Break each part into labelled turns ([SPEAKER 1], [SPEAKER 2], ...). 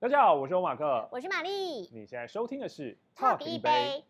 [SPEAKER 1] 大家好，我是欧马克。
[SPEAKER 2] 我是玛
[SPEAKER 3] 嗯
[SPEAKER 2] 丽，
[SPEAKER 1] 你现在收听的是《
[SPEAKER 2] 泡一杯。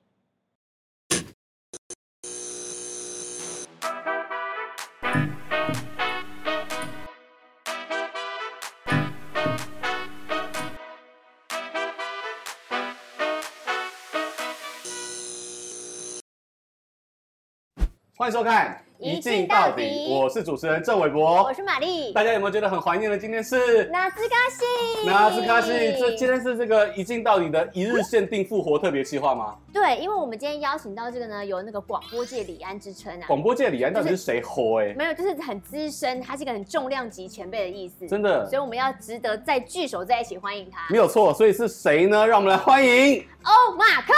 [SPEAKER 3] 欢迎收看《
[SPEAKER 2] 一镜到底
[SPEAKER 3] 我是主持人郑伟
[SPEAKER 2] 我
[SPEAKER 3] 博。
[SPEAKER 2] 是玛丽，
[SPEAKER 3] 大家有没有觉得很怀念的？今天是
[SPEAKER 2] 纳斯卡西，
[SPEAKER 3] 那斯卡西，这今天是这个《一镜到底》的一日限定复活特别企划吗？
[SPEAKER 2] 对，因为我们今天邀请到这个呢，有那个广播界李安之称啊，
[SPEAKER 3] 广播界李安到底是谁吼哎？
[SPEAKER 2] 没有，就是很资深，他是一个很重量级前辈的意思，
[SPEAKER 3] 真
[SPEAKER 2] 的，
[SPEAKER 3] 的
[SPEAKER 2] 所以我们要值得再聚首在一起欢迎他。
[SPEAKER 3] 没有错，所以是谁呢？让我们来欢迎。
[SPEAKER 2] 欧马克，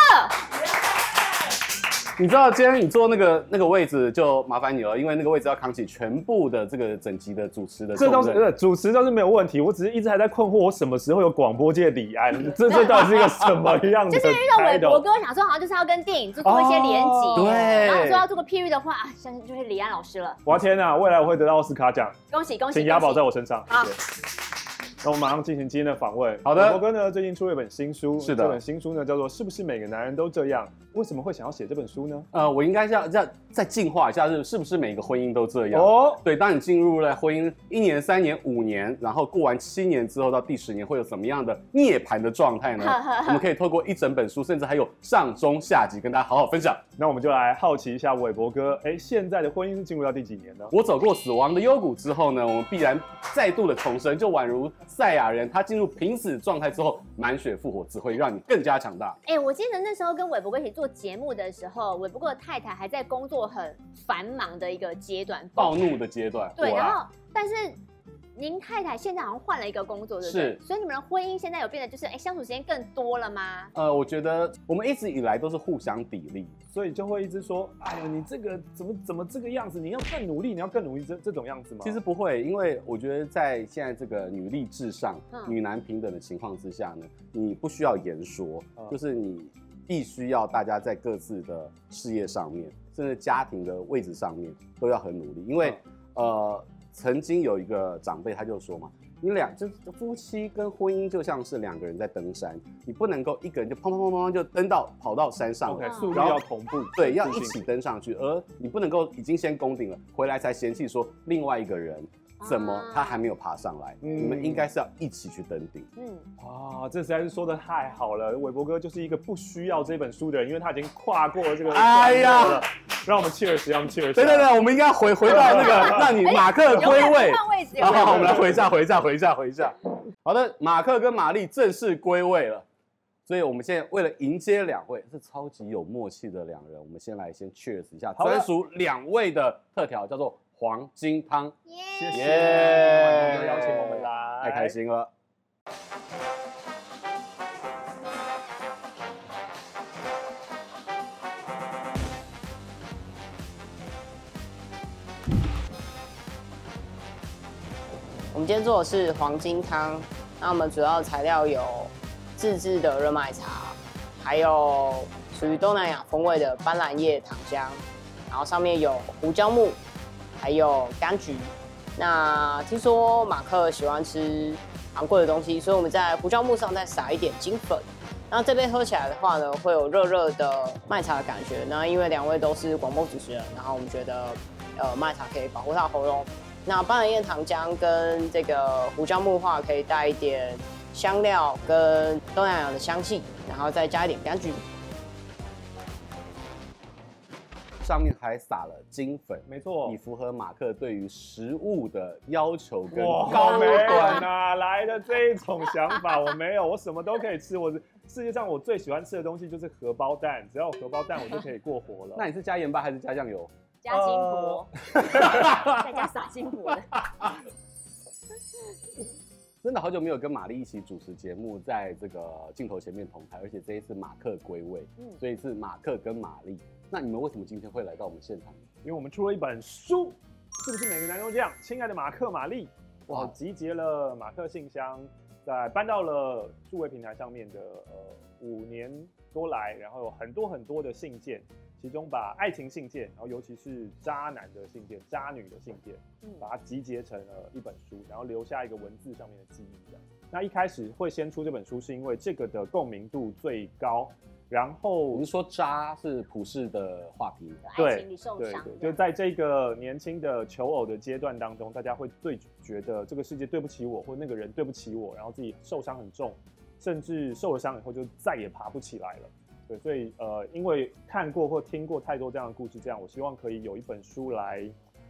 [SPEAKER 3] 你知道今天你坐那个那个位置就麻烦你了，因为那个位置要扛起全部的这个整集的主持的
[SPEAKER 1] 这倒
[SPEAKER 3] 重
[SPEAKER 1] 是
[SPEAKER 3] 任。
[SPEAKER 1] 呃主持倒是没有问题，我只是一直还在困惑，我什么时候有广播界李 安？这这到底是一个什么样的
[SPEAKER 2] 就
[SPEAKER 1] title？
[SPEAKER 2] 是遇到韦伯跟我想说，好像就是要跟电影做做一些连
[SPEAKER 1] 哦
[SPEAKER 2] 结，
[SPEAKER 3] 对
[SPEAKER 2] 然后你说要做个譬喻的话，啊，相信就是李安老师了，
[SPEAKER 1] 我的天哪，未来我会得到奥斯卡奖，
[SPEAKER 2] 恭喜恭喜！
[SPEAKER 1] 请押宝
[SPEAKER 2] 恭喜
[SPEAKER 1] 在我身上。
[SPEAKER 2] 好？
[SPEAKER 1] 谢谢。那我们马上进行今天的访问。
[SPEAKER 3] 好的
[SPEAKER 1] 博哥呢最近出了一本新书，
[SPEAKER 3] 是的
[SPEAKER 1] 这本新书呢叫做《是不是每个男人都这样》？为什么会想要写这本书呢？
[SPEAKER 3] 呃，我应该是要要再进化一下，是是不是每个婚姻都这样？
[SPEAKER 1] 哦，
[SPEAKER 3] 对，当你进入了婚姻一年、三年、五年，然后过完七年之后到第十年，会有怎么样的涅槃的状态呢 我们可以透过一整本书，甚至还有上中下集，跟大家好好分享。
[SPEAKER 1] 那我们就来好奇一下韦伯哥，哎，现在的婚姻是进入到第几年呢？
[SPEAKER 3] 我走过死亡的幽谷之后呢，我们必然再度的重生，就宛如赛亚人他进入濒死状态之后，满血复活，只会让你更加强大。
[SPEAKER 2] 哎、我记得那时候跟韦伯哥一起做节目的时候，韦伯哥的太太还在工作很繁忙的一个阶段，
[SPEAKER 3] 暴怒的阶段，
[SPEAKER 2] 对，
[SPEAKER 3] 果
[SPEAKER 2] 然
[SPEAKER 3] 然
[SPEAKER 2] 后但是您太太现在好像换了一个工作，对不对？
[SPEAKER 3] 是
[SPEAKER 2] 所以你们的婚姻现在有变得就是哎、相处时间更多了吗？
[SPEAKER 3] 呃，我觉得我们一直以来都是互相砥砺，
[SPEAKER 1] 所以就会一直说，哎呀，你这个怎么怎么这个样子？你要更努力，你要更努力这这种样子吗？
[SPEAKER 3] 其实不会，因为我觉得在现在这个女力至上、
[SPEAKER 2] 嗯
[SPEAKER 3] 女男平等的情况之下呢，你不需要言说，
[SPEAKER 1] 嗯
[SPEAKER 3] 就是你必须要大家在各自的事业上面，甚至家庭的位置上面都要很努力，因为、
[SPEAKER 1] 嗯
[SPEAKER 3] 呃，曾经有一个长辈他就说嘛。你两就是夫妻跟婚姻就像是两个人在登山，你不能够一个人就砰砰砰砰砰就登到跑到山上了
[SPEAKER 1] OK，
[SPEAKER 2] 嗯
[SPEAKER 1] 速率
[SPEAKER 3] 然后
[SPEAKER 1] 要同步，
[SPEAKER 3] 对，要
[SPEAKER 1] 促
[SPEAKER 3] 一
[SPEAKER 1] 进
[SPEAKER 3] 起登上去，而你不能够已经先攻顶了，回来才嫌弃说另外一个人怎么
[SPEAKER 2] 啊
[SPEAKER 3] 他还没有爬上来，
[SPEAKER 1] 嗯
[SPEAKER 3] 你们应该是要一起去登顶。
[SPEAKER 2] 嗯，
[SPEAKER 1] 啊！这实在是说的太好了，韦伯哥就是一个不需要这本书的人，因为他已经跨过了这个。
[SPEAKER 3] 哎呀
[SPEAKER 1] 了，让我们 cheers，让我们 cheers。
[SPEAKER 3] 对对对，我们应该回回到那
[SPEAKER 1] 哎
[SPEAKER 3] 个让你马克
[SPEAKER 2] 有
[SPEAKER 3] 归
[SPEAKER 2] 没有
[SPEAKER 3] 位。哦
[SPEAKER 2] 换位置有
[SPEAKER 3] 好
[SPEAKER 2] 没
[SPEAKER 3] 好，
[SPEAKER 2] 有
[SPEAKER 3] 好我们来回一下，回一下，回一下，回一下。好的，马克跟玛丽正式归位了，所以我们现在为了迎接两位，是超级有默契的两人，我们先来先 cheers 一下
[SPEAKER 1] 好的
[SPEAKER 3] 专属两位的特调，叫做黄金汤，
[SPEAKER 2] 耶
[SPEAKER 1] 谢谢
[SPEAKER 3] 耶
[SPEAKER 1] 韦伯哥邀请我们来，
[SPEAKER 3] 太开。心了。
[SPEAKER 4] 我们今天做的是黄金汤，那我们主要材料有自制的热麦茶，还有属于东南亚风味的斑斓叶糖浆，然后上面有胡椒木，还有柑橘。那听说马克喜欢吃昂贵的东西，所以我们在胡椒木上再撒一点金粉。那这杯喝起来的话呢，会有热热的麦茶的感觉。那因为两位都是广播主持人，然后我们觉得，呃，麦茶可以保护他的喉咙。那斑斓叶糖浆跟这个胡椒木化可以带一点香料跟东南亚的香气，然后再加一点柑橘。
[SPEAKER 3] 上面还撒了金粉，
[SPEAKER 1] 没错
[SPEAKER 3] 以，符合马克对于食物的要求跟
[SPEAKER 1] 哇，
[SPEAKER 3] 高
[SPEAKER 1] 没有
[SPEAKER 3] 端。
[SPEAKER 1] 哪啊来的这一种想法？我没有，我什么都可以吃。我世界上我最喜欢吃的东西就是荷包蛋，只要有荷包蛋，我就可以过活了。
[SPEAKER 3] 那你是加盐巴还是加酱油？
[SPEAKER 2] 加金箔，再加撒金箔的，
[SPEAKER 3] 真的好久没有跟玛丽一起主持节目，在这个镜头前面同台，而且这一次马克归位，
[SPEAKER 2] 嗯
[SPEAKER 3] 所以是马克跟玛丽。那你们为什么今天会来到我们现场？
[SPEAKER 1] 因为我们出了一本书，是不是每个男人都这样？亲爱的马克、玛丽，我
[SPEAKER 3] 哇
[SPEAKER 1] 集结了马克信箱，在搬到了数位平台上面的呃五年多来，然后有很多很多的信件，其中把爱情信件，然后尤其是渣男的信件、渣女的信件，
[SPEAKER 2] 嗯
[SPEAKER 1] 把它集结成了一本书，然后留下一个文字上面的记忆，这样。那一开始会先出这本书，是因为这个的共鸣度最高，然后
[SPEAKER 3] 你是说渣是普世的话题吗？
[SPEAKER 2] 爱情里受
[SPEAKER 1] 对
[SPEAKER 2] 伤
[SPEAKER 1] 对，
[SPEAKER 2] 这
[SPEAKER 1] 就
[SPEAKER 2] 样，
[SPEAKER 1] 在这个年轻的求偶的阶段当中，大家会最觉得这个世界对不起我，或那个人对不起我，然后自己受伤很重，甚至受了伤以后就再也爬不起来了。对，所以呃，因为看过或听过太多这样的故事，这样我希望可以有一本书来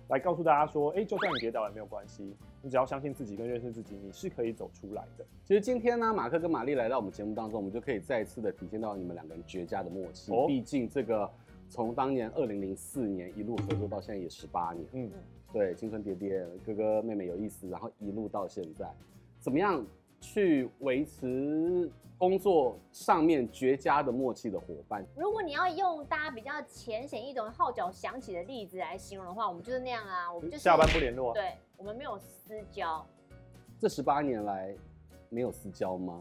[SPEAKER 1] 来告诉大家说，哎，就算你跌倒也没有关系，你只要相信自己跟认识自己，你是可以走出来的。
[SPEAKER 3] 其实今天呢，马克跟玛丽来到我们节目当中，我们就可以再一次的体现到你们两个人绝佳的默契。
[SPEAKER 1] 哦
[SPEAKER 3] 毕竟这个从当年二零零四年一路合作到现在也十八年，
[SPEAKER 1] 嗯，
[SPEAKER 3] 对，青春点点，哥哥妹妹有意思，然后一路到现在，怎么样去维持工作上面绝佳的默契的伙伴？
[SPEAKER 2] 如果你要用大家比较浅显易懂、号角响起的例子来形容的话，我们就是那样啊，我们就是
[SPEAKER 1] 下班不联络啊，
[SPEAKER 2] 对，我们没有私交。
[SPEAKER 3] 这十八年来没有私交吗？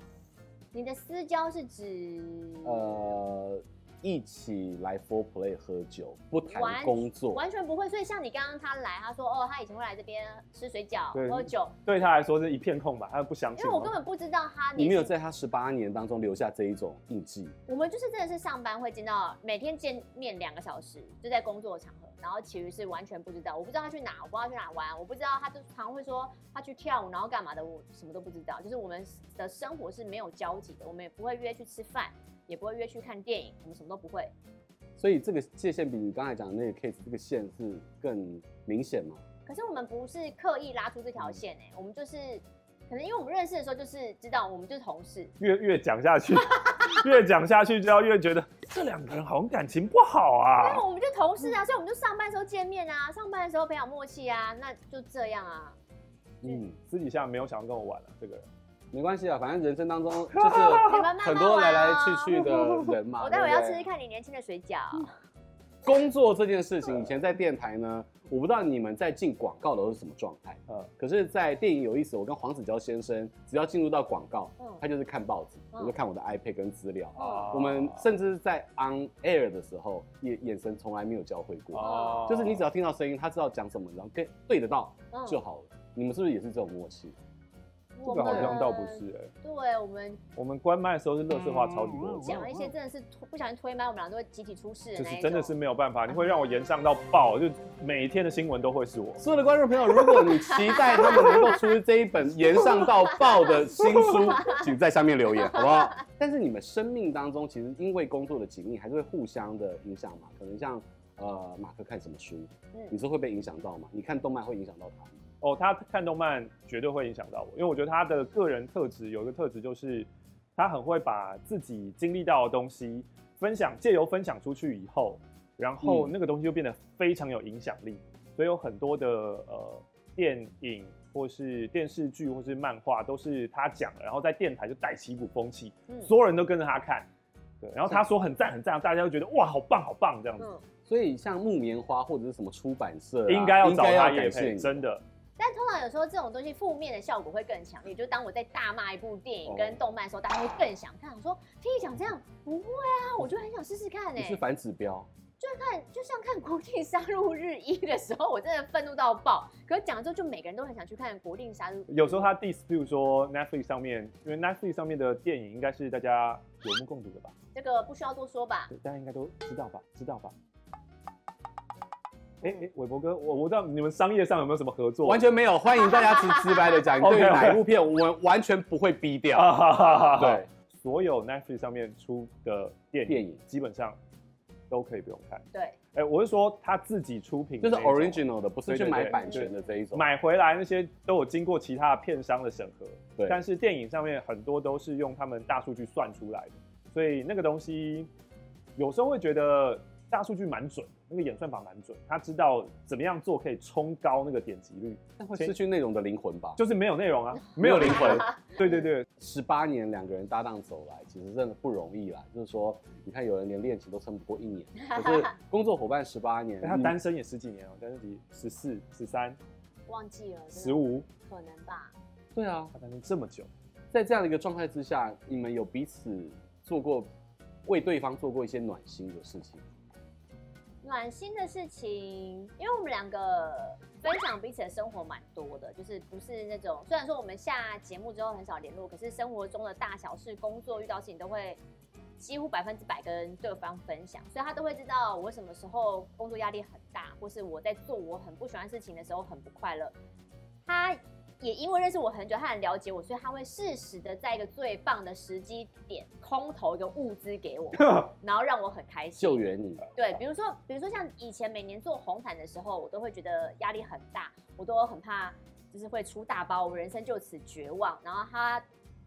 [SPEAKER 2] 你的私交是指
[SPEAKER 3] 呃，一起来 for play 喝酒，不谈
[SPEAKER 2] 完
[SPEAKER 3] 工作，
[SPEAKER 2] 完全不会，所以像你刚刚他来，他说哦，他以前会来这边吃水饺、
[SPEAKER 1] 对
[SPEAKER 2] 喝酒，
[SPEAKER 1] 对他来说是一片空白，他不相
[SPEAKER 2] 因
[SPEAKER 1] 信
[SPEAKER 2] 为
[SPEAKER 1] 嘛。
[SPEAKER 2] 我根本不知道他
[SPEAKER 3] 你
[SPEAKER 2] 年
[SPEAKER 3] 没有
[SPEAKER 2] 纪。
[SPEAKER 3] 在他十八年当中留下这一种印记。
[SPEAKER 2] 我们就是真的是上班会见到，每天见面两个小时，就在工作场合，然后其余是完全不知道，我不知道他去哪，我不知道他去哪玩，我不知道他就常会说他去跳舞，然后干嘛的，我什么都不知道。就是我们的生活是没有交集的，我们也不会约去吃饭，也不会约去看电影，我们什么都不会。
[SPEAKER 3] 所以这个界限比你刚才讲的那个 case 这个线是更明显嘛？
[SPEAKER 2] 可是我们不是刻意拉出这条线哎、我们就是可能因为我们认识的时候就是知道我们就是同事，
[SPEAKER 1] 越越讲下去，越讲下去就要越觉得这两个人好像感情不好
[SPEAKER 2] 因
[SPEAKER 1] 啊
[SPEAKER 2] 为。我们就同事啊，所以我们就上班的时候见面啊，上班的时候培养默契啊，那就这样啊。
[SPEAKER 3] 嗯，
[SPEAKER 1] 私底下没有想要跟我玩了、啊这个人。
[SPEAKER 3] 没关系啊，反正人生 当中就是
[SPEAKER 2] 你们慢慢
[SPEAKER 3] 很多来来
[SPEAKER 2] 玩哦
[SPEAKER 3] 去 去的人嘛。
[SPEAKER 2] 我待会
[SPEAKER 3] 对
[SPEAKER 2] 要
[SPEAKER 3] 不
[SPEAKER 2] 吃吃
[SPEAKER 3] 对
[SPEAKER 2] 看你年轻的水饺，
[SPEAKER 3] 工作这件事情，以前在电台呢，我不知道你们在进广告的时候是什么状态。
[SPEAKER 1] 嗯，
[SPEAKER 2] 哦
[SPEAKER 3] 可是，在电影有意思，我跟黄子佼先生，只要进入到广告，
[SPEAKER 2] 嗯
[SPEAKER 3] 他就是看报纸，
[SPEAKER 2] 嗯
[SPEAKER 3] 我就看我的 iPad 跟资料。
[SPEAKER 1] 啊
[SPEAKER 2] 哦
[SPEAKER 3] 我们甚至在 on air 的时候，也眼神从来没有交汇过，
[SPEAKER 1] 哦
[SPEAKER 3] 就是你只要听到声音，他知道讲什么，然后跟对得到
[SPEAKER 2] 嗯
[SPEAKER 3] 就好了。你们是不是也是这种默契？
[SPEAKER 1] 这
[SPEAKER 2] 我
[SPEAKER 1] 个
[SPEAKER 2] 们
[SPEAKER 1] 好像倒不是
[SPEAKER 3] 欸
[SPEAKER 1] 哎、
[SPEAKER 2] 对，我们
[SPEAKER 1] 我们关麦的时候是乐色话超级多，
[SPEAKER 2] 嗯讲了一些真的是推不小心推麦，我们俩都会集体出事的
[SPEAKER 1] 就
[SPEAKER 2] 那一
[SPEAKER 1] 是
[SPEAKER 2] 种。
[SPEAKER 1] 真的是没有办法，你会让我延上到爆，就每一天的新闻都会是我。
[SPEAKER 3] 所有的观众朋友，如果你期待他们能够出这一本延上到爆的新书，请在下面留言，好不好？但是你们生命当中，其实因为工作的紧密，还是会互相的影响嘛。可能像呃，马克看什么书，你
[SPEAKER 2] 嗯，
[SPEAKER 3] 是会被影响到吗？你看动漫会影响到他吗？
[SPEAKER 1] 哦，他看动漫绝对会影响到我，因为我觉得他的个人特质有一个特质就是，他很会把自己经历到的东西分享，借由分享出去以后，然后
[SPEAKER 3] 嗯
[SPEAKER 1] 那个东西就变得非常有影响力，所以有很多的呃电影或是电视剧或是漫画都是他讲的，然后在电台就带起一股风气，
[SPEAKER 2] 嗯
[SPEAKER 1] 所有人都跟着他看，对，然后他说很赞很赞，大家就觉得哇好棒好棒这样子，
[SPEAKER 2] 嗯，
[SPEAKER 3] 所以像木棉花或者是什么出版社啊、
[SPEAKER 1] 应该要找他也
[SPEAKER 3] 感谢
[SPEAKER 1] 配，
[SPEAKER 3] 你。
[SPEAKER 1] 真的，
[SPEAKER 2] 但通常有时候这种东西负面的效果会更强烈，就是当我在大骂一部电影跟动漫的时候，大家会更想看。我说听你讲这样不会啊，我就很想试试看
[SPEAKER 3] 你
[SPEAKER 2] 哎、
[SPEAKER 3] 是反指标，
[SPEAKER 2] 看就像看国定杀戮日一的时候，我真的愤怒到爆。可是讲了之后，就每个人都很想去看国定杀戮。
[SPEAKER 1] 有时候他 diss，譬如说 Netflix 上面，因为 Netflix 上面的电影应该是大家有目共睹的吧，
[SPEAKER 2] 这个不需要多说吧，
[SPEAKER 1] 对大家应该都知道吧，知道吧。哎、哎，韦、伯哥，我我不知道你们商业上有没有什么合作？
[SPEAKER 3] 完全没有。欢迎大家直直白的 讲，你
[SPEAKER 1] OK，OK
[SPEAKER 3] 对于哪一部片，我们完全不会逼
[SPEAKER 1] 哦啊
[SPEAKER 3] 掉。
[SPEAKER 1] 哈哈哈 哈！
[SPEAKER 3] 对，，
[SPEAKER 1] 所有 Netflix 上面出的电影，
[SPEAKER 3] 电影
[SPEAKER 1] 基本上都可以不用看。
[SPEAKER 2] 对，
[SPEAKER 1] 哎、我是说他自己出品的
[SPEAKER 3] 就是
[SPEAKER 1] 那种，
[SPEAKER 3] original 的，不是去
[SPEAKER 1] 对对
[SPEAKER 3] 买
[SPEAKER 1] 对
[SPEAKER 3] 版权的这一种。
[SPEAKER 1] 买回来那些都有经过其他的片商的审核，
[SPEAKER 3] 对
[SPEAKER 1] 但是电影上面很多都是用他们大数据算出来的，所以那个东西有时候会觉得大数据蛮准，那个演算法蛮准，他知道怎么样做可以冲高那个点击率，
[SPEAKER 3] 但会失去内容的灵魂吧？就
[SPEAKER 1] 就是没有内容啊，
[SPEAKER 3] 没有灵魂。
[SPEAKER 1] 对对对，
[SPEAKER 3] 十八年两个人搭档走来，其实真的不容易啦。就是说，你看有人连恋情都撑不过一 年，可是工作伙伴十八年，
[SPEAKER 1] 但他单身也十几年了，单身几十四、十三、
[SPEAKER 2] 忘记了，
[SPEAKER 1] 十，五，
[SPEAKER 2] 可能吧。
[SPEAKER 3] 对啊，
[SPEAKER 1] 他单身这么 久，
[SPEAKER 3] 在这样的一个状态之下，你们有彼此做过为对方做过一些暖心的事情？
[SPEAKER 2] 暖心的事情，因为我们两个分享彼此的生活蛮多的，就是不是那种虽然说我们下节目之后很少联络，可是生活中的大小事、工作遇到事情都会几乎百分之百跟对方分享，所以他都会知道我什么时候工作压力很大，或是我在做我很不喜欢的事情的时候很不快乐。他也因为认识我很久，他很了解我，所以他会适时的在一个最棒的时机点空投一个物资给我，然后让我很开心。
[SPEAKER 5] 救援你，
[SPEAKER 2] 对，比如说，比如说像以前每年做红毯的时候，我都会觉得压力很大，我都很怕就是会出大包，我人生就此绝望。然后他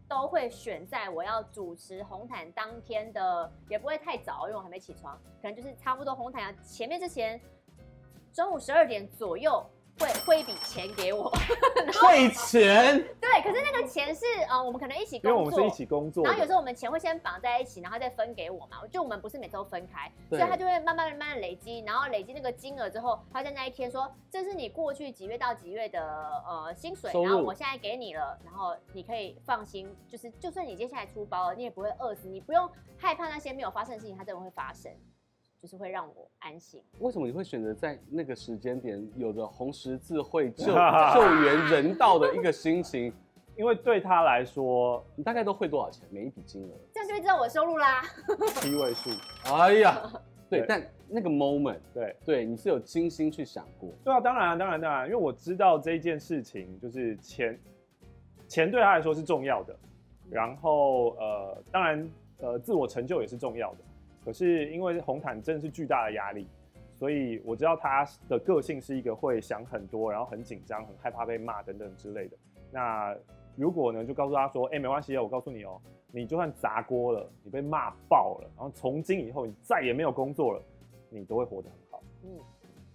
[SPEAKER 2] 都会选在我要主持红毯当天的，也不会太早，因为我还没起床，可能就是差不多红毯啊前面之前，中午十二点左右会汇一笔钱给我。
[SPEAKER 3] 汇钱，
[SPEAKER 2] 对，可是那个钱是呃，我们可能一起
[SPEAKER 1] 因
[SPEAKER 2] 工
[SPEAKER 1] 为我
[SPEAKER 2] 作，
[SPEAKER 1] 们是一起工作的，
[SPEAKER 2] 然后有时候我们钱会先绑在一起，然后再分给我嘛，就我们不是每周分开，所以他就会慢慢慢慢地累积，然后累积那个金额之后，他在那一天说，这是你过去几月到几月的呃薪水，
[SPEAKER 3] 收入
[SPEAKER 2] 然后我现在给你了，然后你可以放心，就是就算你接下来出包了，你也不会饿死，你不用害怕那些没有发生的事情，它真的会发生，就是会让我安心。
[SPEAKER 3] 为什么你会选择在那个时间点，有着红十字会救救援人道的一个心情？
[SPEAKER 1] 因为对他来说
[SPEAKER 3] 你大概都会多少钱？每一笔金额？
[SPEAKER 2] 这样就会知道我的收入啦。
[SPEAKER 1] 七位数，
[SPEAKER 3] 哎呀，对
[SPEAKER 1] 对，
[SPEAKER 3] 但那个 moment，
[SPEAKER 1] 对
[SPEAKER 3] 对你是有精心去想过，
[SPEAKER 1] 对啊，当然啊当然当然，因为我知道这件事情就是钱，钱对他来说是重要的，然后呃，当然呃，自我成就也是重要的，可是因为红毯真的是巨大的压力。所以我知道他的个性是一个会想很多，然后很紧张、很害怕被骂等等之类的。那如果呢，就告诉他说，哎、没关系啊，我告诉你哦，你就算砸锅了，你被骂爆了，然后从今以后你再也没有工作了，你都会活得很好。
[SPEAKER 2] 嗯
[SPEAKER 1] 嗯，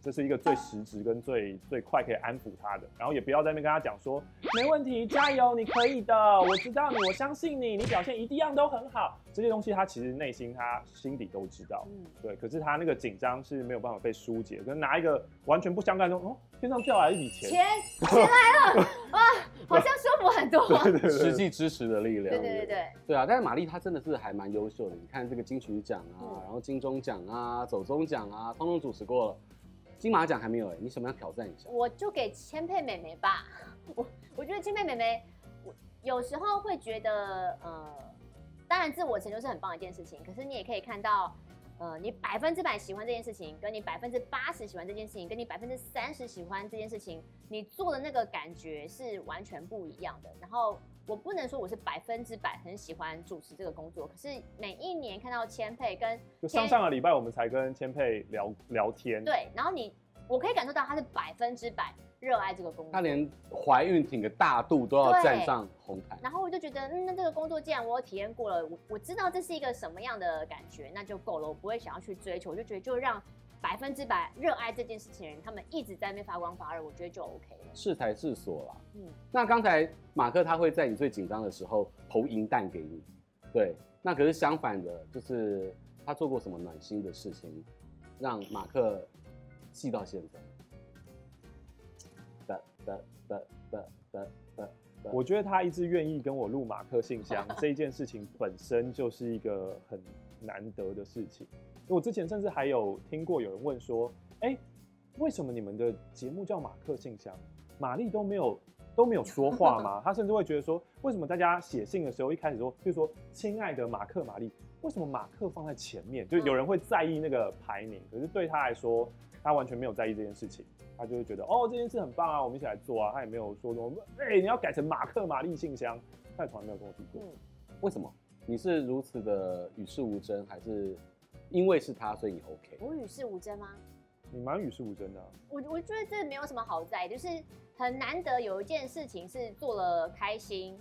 [SPEAKER 1] 这是一个最实质跟最最快可以安抚他的，然后也不要在那边跟他讲说，没问题，加油，你可以的，我知道你，我相信你，你表现一定样都很好。这些东西他其实内心他心底都知道。
[SPEAKER 2] 嗯，
[SPEAKER 1] 对，可是他那个紧张是没有办法被疏解，可能拿一个完全不相干的东西，哦，天上掉下来一笔钱，
[SPEAKER 2] 钱钱来了哇，好像舒服 很多。
[SPEAKER 1] 对对对对
[SPEAKER 3] 实际支持的力量。
[SPEAKER 2] 对对对对，
[SPEAKER 3] 对啊，但是玛丽她真的是还蛮优秀的。你看这个金曲奖啊，
[SPEAKER 2] 嗯
[SPEAKER 3] 然后金钟奖啊、走中奖啊，通通主持过了。金马奖还没有哎、你想不想挑战一下？
[SPEAKER 2] 我就给千佩妹妹吧。 我我觉得千佩妹妹，我有时候会觉得，呃，当然自我成就是很棒的一件事情，可是你也可以看到，呃，你百分之百喜欢这件事情，跟你百分之八十喜欢这件事情，跟你百分之三十喜欢这件事情，你做的那个感觉是完全不一样的。然后我不能说我是百分之百很喜欢主持这个工作，可是每一年看到千佩跟
[SPEAKER 1] 就上上个礼拜我们才跟千佩聊聊天，，
[SPEAKER 2] 对，然后你我可以感受到她是百分之百热爱这个工作，
[SPEAKER 3] 她连怀孕挺个大肚都要
[SPEAKER 2] 对
[SPEAKER 3] 站上红毯。
[SPEAKER 2] 然后我就觉得，嗯，那这个工作既然我有体验过了，我我知道这是一个什么样的感觉，那就够了，我不会想要去追求，我就觉得就让百分之百热爱这件事情的人，他们一直在那边发光发热，我觉得就 OK 了。
[SPEAKER 3] 适才适所啦。
[SPEAKER 2] 嗯
[SPEAKER 3] 嗯，那刚才马克他会在你最紧张的时候投银弹给你，对。那可是相反的，就是他做过什么暖心的事情，让马克记到现在。哒哒哒哒哒哒，
[SPEAKER 1] 我觉得他一直愿意跟我录马克信箱这一件事情本身就是一个很难得的事情。我之前甚至还有听过有人问说，哎、为什么你们的节目叫马克信箱？玛丽都没有都没有说话吗？她甚至会觉得说，为什么大家写信的时候一开始说，就说亲爱的马克玛丽，为什么马克放在前面？就有人会在意那个排名，可是对她来说，她完全没有在意这件事情。她就会觉得哦，这件事很棒啊，我们一起来做啊。她也没有说什么，哎、你要改成马克玛丽信箱，她也从来没有跟我提过。
[SPEAKER 2] 嗯，
[SPEAKER 3] 为什么？你是如此的与世无争，还是因为是他所以你 OK？
[SPEAKER 2] 我与世无争吗？
[SPEAKER 1] 你蛮与世无争的啊、
[SPEAKER 2] 我我觉得这没有什么好在，就是很难得有一件事情是做了开心，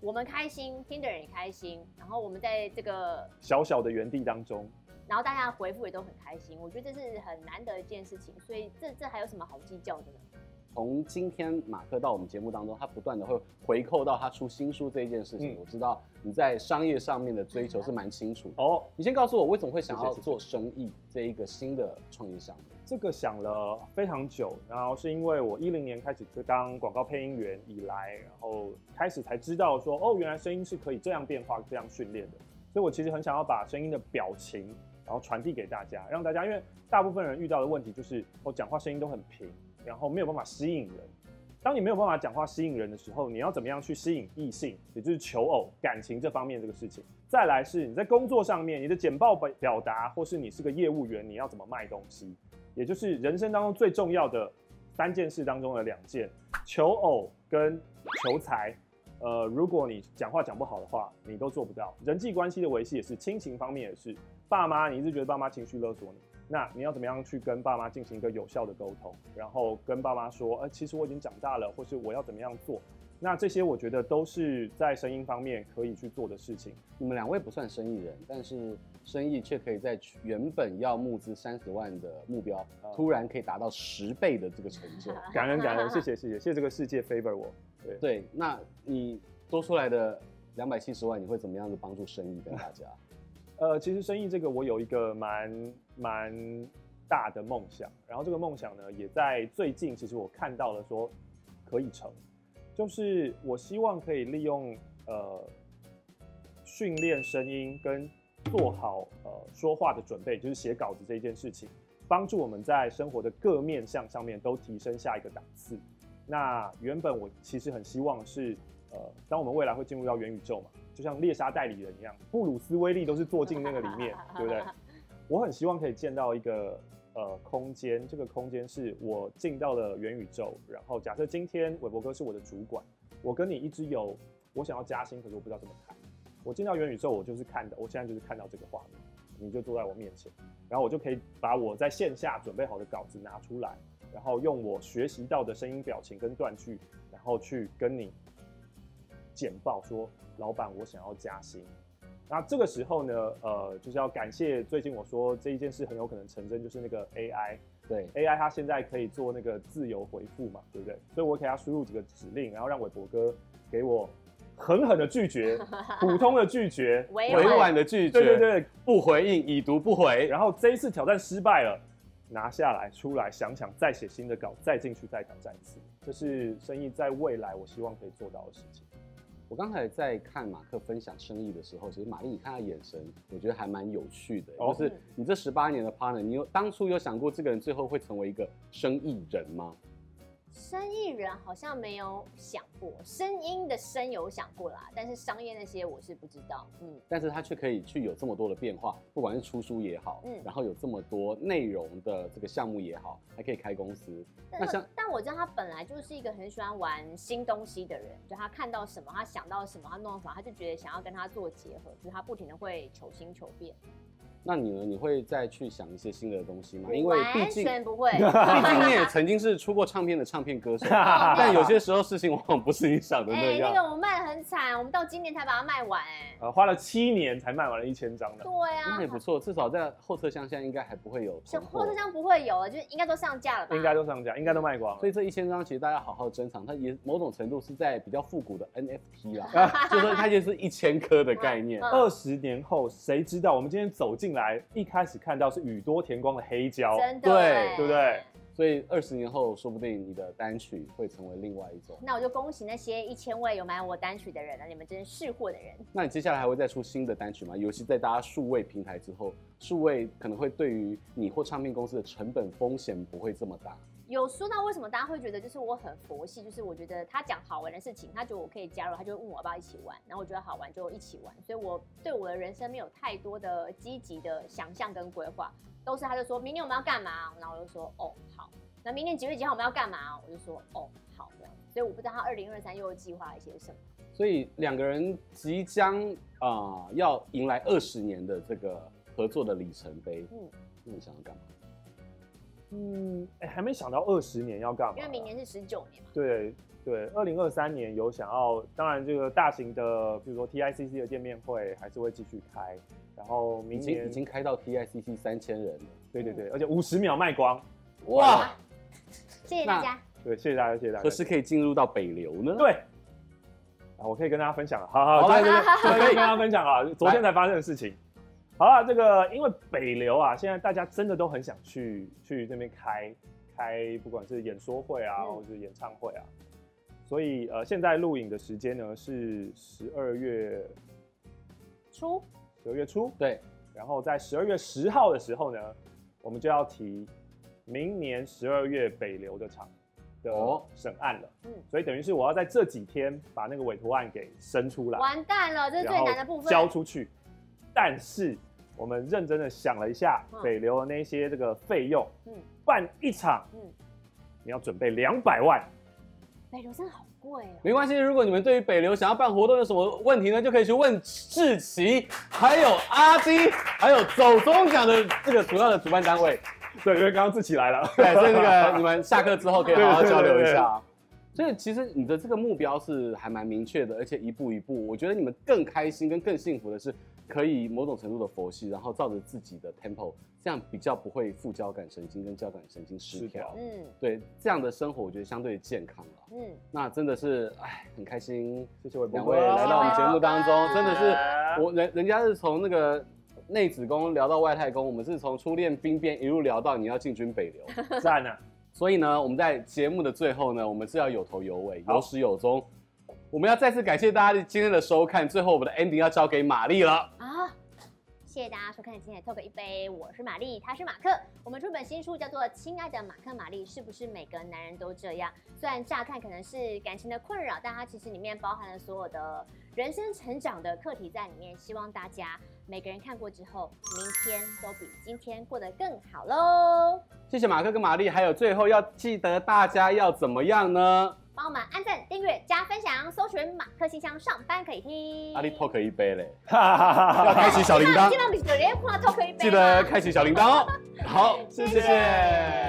[SPEAKER 2] 我们开心，听的人也开心，然后我们在这个
[SPEAKER 1] 小小的原地当中，
[SPEAKER 2] 然后大家的回复也都很开心，我觉得这是很难得的一件事情，所以这这还有什么好计较的呢？
[SPEAKER 3] 从今天马克到我们节目当中，他不断的会回扣到他出新书这一件事情。
[SPEAKER 1] 嗯
[SPEAKER 3] 我知道你在商业上面的追求是蛮清楚的。
[SPEAKER 1] 哦，
[SPEAKER 3] 你先告诉我为什么会想要
[SPEAKER 1] 谢谢
[SPEAKER 3] 做生意这一个新的创业项目？
[SPEAKER 1] 这个想了非常久，然后是因为我一零年开始就当广告配音员以来，然后开始才知道说，哦，原来声音是可以这样变化、这样训练的。所以我其实很想要把声音的表情然后传递给大家，让大家因为大部分人遇到的问题就是我讲话声音都很平，然后没有办法吸引人。当你没有办法讲话吸引人的时候，你要怎么样去吸引异性，也就是求偶、感情这方面这个事情。再来是你在工作上面，你的简报表表达，或是你是个业务员，你要怎么卖东西，也就是人生当中最重要的三件事当中的两件，求偶跟求财。呃，如果你讲话讲不好的话，你都做不到。人际关系的维系也是，亲情方面也是。爸妈，你一直觉得爸妈情绪勒索你，那你要怎么样去跟爸妈进行一个有效的沟通？然后跟爸妈说，呃，其实我已经长大了，或是我要怎么样做？那这些我觉得都是在声音方面可以去做的事情。
[SPEAKER 3] 你们两位不算生意人，但是生意却可以在原本要募资三十万的目标，
[SPEAKER 1] 哦
[SPEAKER 3] 突然可以达到十倍的这个成 就。
[SPEAKER 1] 感恩感恩，谢谢谢谢谢谢这个世界 favor 我。
[SPEAKER 3] 对，那你多出来的两百七十万，你会怎么样的帮助生意跟大家？
[SPEAKER 1] 呃，其实生意这个我有一个蛮蛮大的梦想，然后这个梦想呢，也在最近其实我看到了说可以成，就是我希望可以利用呃训练声音跟做好呃说话的准备，就是写稿子这一件事情，帮助我们在生活的各面向上面都提升下一个档次。那原本我其实很希望是，呃，当我们未来会进入到元宇宙嘛，就像猎杀代理人一样，布鲁斯威利都是坐进那个里面，对不对？我很希望可以见到一个呃空间，这个空间是我进到了元宇宙，然后假设今天韦伯哥是我的主管，我跟你一直有我想要加薪，可是我不知道怎么谈。我进到元宇宙，我就是看到，我现在就是看到这个画面，你就坐在我面前，然后我就可以把我在线下准备好的稿子拿出来，然后用我学习到的声音、表情跟断句，然后去跟你简报说，老板，我想要加薪。那这个时候呢，呃，就是要感谢最近我说这一件事很有可能成真，就是那个 AI，
[SPEAKER 3] 对，
[SPEAKER 1] AI 它现在可以做那个自由回复嘛，对不对？所以我给它输入几个指令，然后让韦伯哥给我狠狠的拒绝，普通的拒绝，
[SPEAKER 2] 委
[SPEAKER 3] 委
[SPEAKER 2] 婉
[SPEAKER 3] 婉的拒绝，
[SPEAKER 1] 对对，对。
[SPEAKER 3] 不回应，已读不回，
[SPEAKER 1] 然后这一次挑战失败了，拿下来出来想想，再写新的稿，再进去再挑战一次，这是生意在未来我希望可以做到的事情。
[SPEAKER 3] 我刚才在看马克分享生意的时候，其实玛丽，你看他眼神，我觉得还蛮有趣的。
[SPEAKER 1] 哦
[SPEAKER 3] 就是你这十八年的 partner，你有当初有想过这个人最后会成为一个生意人吗？
[SPEAKER 2] 生意人好像没有想过，声音的声有想过啦，但是商业那些我是不知道。嗯，
[SPEAKER 3] 但是他却可以去有这么多的变化，不管是出书也好，
[SPEAKER 2] 嗯
[SPEAKER 3] 然后有这么多内容的这个项目也好，还可以开公司。那
[SPEAKER 2] 但
[SPEAKER 3] 像
[SPEAKER 2] 是但我知道他本来就是一个很喜欢玩新东西的人，就他看到什么，他想到什么，他弄到什么，他就觉得想要跟他做结合，就是他不停的会求新求变。
[SPEAKER 3] 那你呢？你会再去想一些新的东西吗？因为毕
[SPEAKER 2] 完
[SPEAKER 3] 竟。
[SPEAKER 2] 全不会，
[SPEAKER 3] 毕竟你 也曾经是出过唱片的唱 片歌手，但有些时候事情往往不是你想的那
[SPEAKER 2] 哎、那
[SPEAKER 3] 样。
[SPEAKER 2] 个我们卖的很惨，我们到今年才把它卖完、哎，
[SPEAKER 1] 呃，花了七年才卖完了一千张的，
[SPEAKER 2] 对啊
[SPEAKER 3] 那也，不错，至少在后车厢现在应该还不会有
[SPEAKER 2] 是
[SPEAKER 3] 囤
[SPEAKER 2] 货车上不会有了，就是应该都上架了吧？
[SPEAKER 1] 应该都上架，应该都卖光
[SPEAKER 3] 所
[SPEAKER 1] 了。
[SPEAKER 3] 以这一千张其实大家好好珍藏，它也某种程度是在比较复古的 NFT 啦，就是说它就是一千颗的概念。
[SPEAKER 2] 嗯
[SPEAKER 1] 二十年后，谁知道我们今天走进来，一开始看到是宇多田光的黑胶，
[SPEAKER 2] 真的、
[SPEAKER 3] 对
[SPEAKER 2] 哎
[SPEAKER 1] 对不对？
[SPEAKER 3] 所以二十年后，说不定你的单曲会成为另外一种。
[SPEAKER 2] 那我就恭喜那些一千位有买我单曲的人了，你们真是识货的人。
[SPEAKER 3] 那你接下来还会再出新的单曲吗？尤其在大家数位平台之后，数位可能会对于你或唱片公司的成本风险不会这么大。
[SPEAKER 2] 有说到为什么大家会觉得就是我很佛系，就是我觉得他讲好玩的事情，他觉得我可以加入，他就会问我要不要一起玩，然后我觉得好玩就一起玩，所以我对我的人生没有太多的积极的想象跟规划，都是他就说明年我们要干嘛，然后我就说哦好，那明年几月几号我们要干嘛，我就说哦好这样，所以我不知道他二零二三又计划一些什么。
[SPEAKER 3] 所以两个人即将啊、要迎来二十年的这个合作的里程碑。嗯
[SPEAKER 2] 嗯，
[SPEAKER 3] 那你想要干嘛？
[SPEAKER 1] 嗯，哎还没想到二十年要干嘛？
[SPEAKER 2] 因为明年是十九年嘛，
[SPEAKER 1] 对对，二零二三年有想要，当然这个大型的，比如说 TICC 的见面会还是会继续开，然后
[SPEAKER 3] 已
[SPEAKER 1] 明
[SPEAKER 3] 经已
[SPEAKER 1] 年
[SPEAKER 3] 经嗯开到 TICC 三千人了。
[SPEAKER 1] 对对对，而且五十秒卖光，
[SPEAKER 3] 哇，
[SPEAKER 2] 谢谢大家。
[SPEAKER 1] 对，谢谢大家，谢谢大家。
[SPEAKER 3] 何时可以进入到北流呢？，
[SPEAKER 1] 对，啊，我可以跟大家分享了，好好，
[SPEAKER 3] 好
[SPEAKER 1] 对
[SPEAKER 3] 来
[SPEAKER 1] 对
[SPEAKER 3] 来
[SPEAKER 1] 对，
[SPEAKER 3] 来
[SPEAKER 1] 我可以跟大家分享啊，昨天才发生的事情。好了，这个因为北流啊，现在大家真的都很想去去那边开开，不管是演说会啊，
[SPEAKER 2] 嗯
[SPEAKER 1] 或者是演唱会啊，所以呃，现在录影的时间呢是十二月
[SPEAKER 2] 出
[SPEAKER 1] 十二月初，
[SPEAKER 3] 对，
[SPEAKER 1] 然后在十二月十号的时候呢，我们就要提明年十二月北流的场的
[SPEAKER 3] 哦
[SPEAKER 1] 审案了。
[SPEAKER 2] 嗯
[SPEAKER 1] 所以等于是我要在这几天把那个委托案给生出来，
[SPEAKER 2] 完蛋了，这是
[SPEAKER 1] 然
[SPEAKER 2] 最
[SPEAKER 1] 后
[SPEAKER 2] 难的部分。
[SPEAKER 1] 交出去。但是我们认真的想了一下
[SPEAKER 2] 嗯
[SPEAKER 1] 北流的那些这个费用，
[SPEAKER 2] 嗯
[SPEAKER 1] 办一场，
[SPEAKER 2] 嗯
[SPEAKER 1] 你要准备两百万。
[SPEAKER 2] 北流真的好贵哦。
[SPEAKER 3] 没关系，如果你们对于北流想要办活动有什么问题呢，就可以去问志奇，还有阿基，还有走中奖的这个主要的主办单位。
[SPEAKER 1] 对，因为刚刚自己来了，
[SPEAKER 3] 对，所以那个你们下课之后可以好好交流一下啊。所以其实你的这个目标是还蛮明确的，而且一步一步，我觉得你们更开心跟更幸福的是，可以某种程度的佛系，然后照着自己的 tempo，这样比较不会副交感神经跟交感神经失
[SPEAKER 1] 是
[SPEAKER 3] 调
[SPEAKER 1] 的。
[SPEAKER 2] 嗯
[SPEAKER 3] 对，这样的生活我觉得相对健康了。
[SPEAKER 2] 嗯，
[SPEAKER 3] 那真的是，哎，很开心
[SPEAKER 1] 谢谢伟博
[SPEAKER 3] 两位来到我们节目当中，真的是
[SPEAKER 1] 哎
[SPEAKER 3] 我人人家是从那个内子宫聊到外太空，我们是从初恋兵变一路聊到你要进军北流。
[SPEAKER 1] 赞 啊！
[SPEAKER 3] 所以呢，我们在节目的最后呢，我们是要有头有尾，
[SPEAKER 1] 好
[SPEAKER 3] 有始有终。我们要再次感谢大家今天的收看，最后我们的 ending 要交给玛丽了。
[SPEAKER 2] 啊。谢谢大家收看今天的 Talk 一杯，我是玛丽，他是马克。我们出本新书叫做《亲爱的马克玛丽》，是不是每个男人都这样？虽然乍看可能是感情的困扰，但它其实里面包含了所有的人生成长的课题在里面。希望大家每个人看过之后，明天都比今天过得更好喽！
[SPEAKER 3] 谢谢马克跟玛丽，还有最后要记得大家要怎么样呢？
[SPEAKER 2] 帮我们按赞、订阅、加分享，搜寻马克信箱上班可以听。啊
[SPEAKER 3] 阿丽 talk 一杯嘞，
[SPEAKER 1] 哈哈哈哈
[SPEAKER 3] 要开启小铃铛
[SPEAKER 2] 基，本上比人家碰到 Talk 一杯吗，
[SPEAKER 3] 记得开启小铃铛哦。好，
[SPEAKER 2] 谢
[SPEAKER 3] 谢谢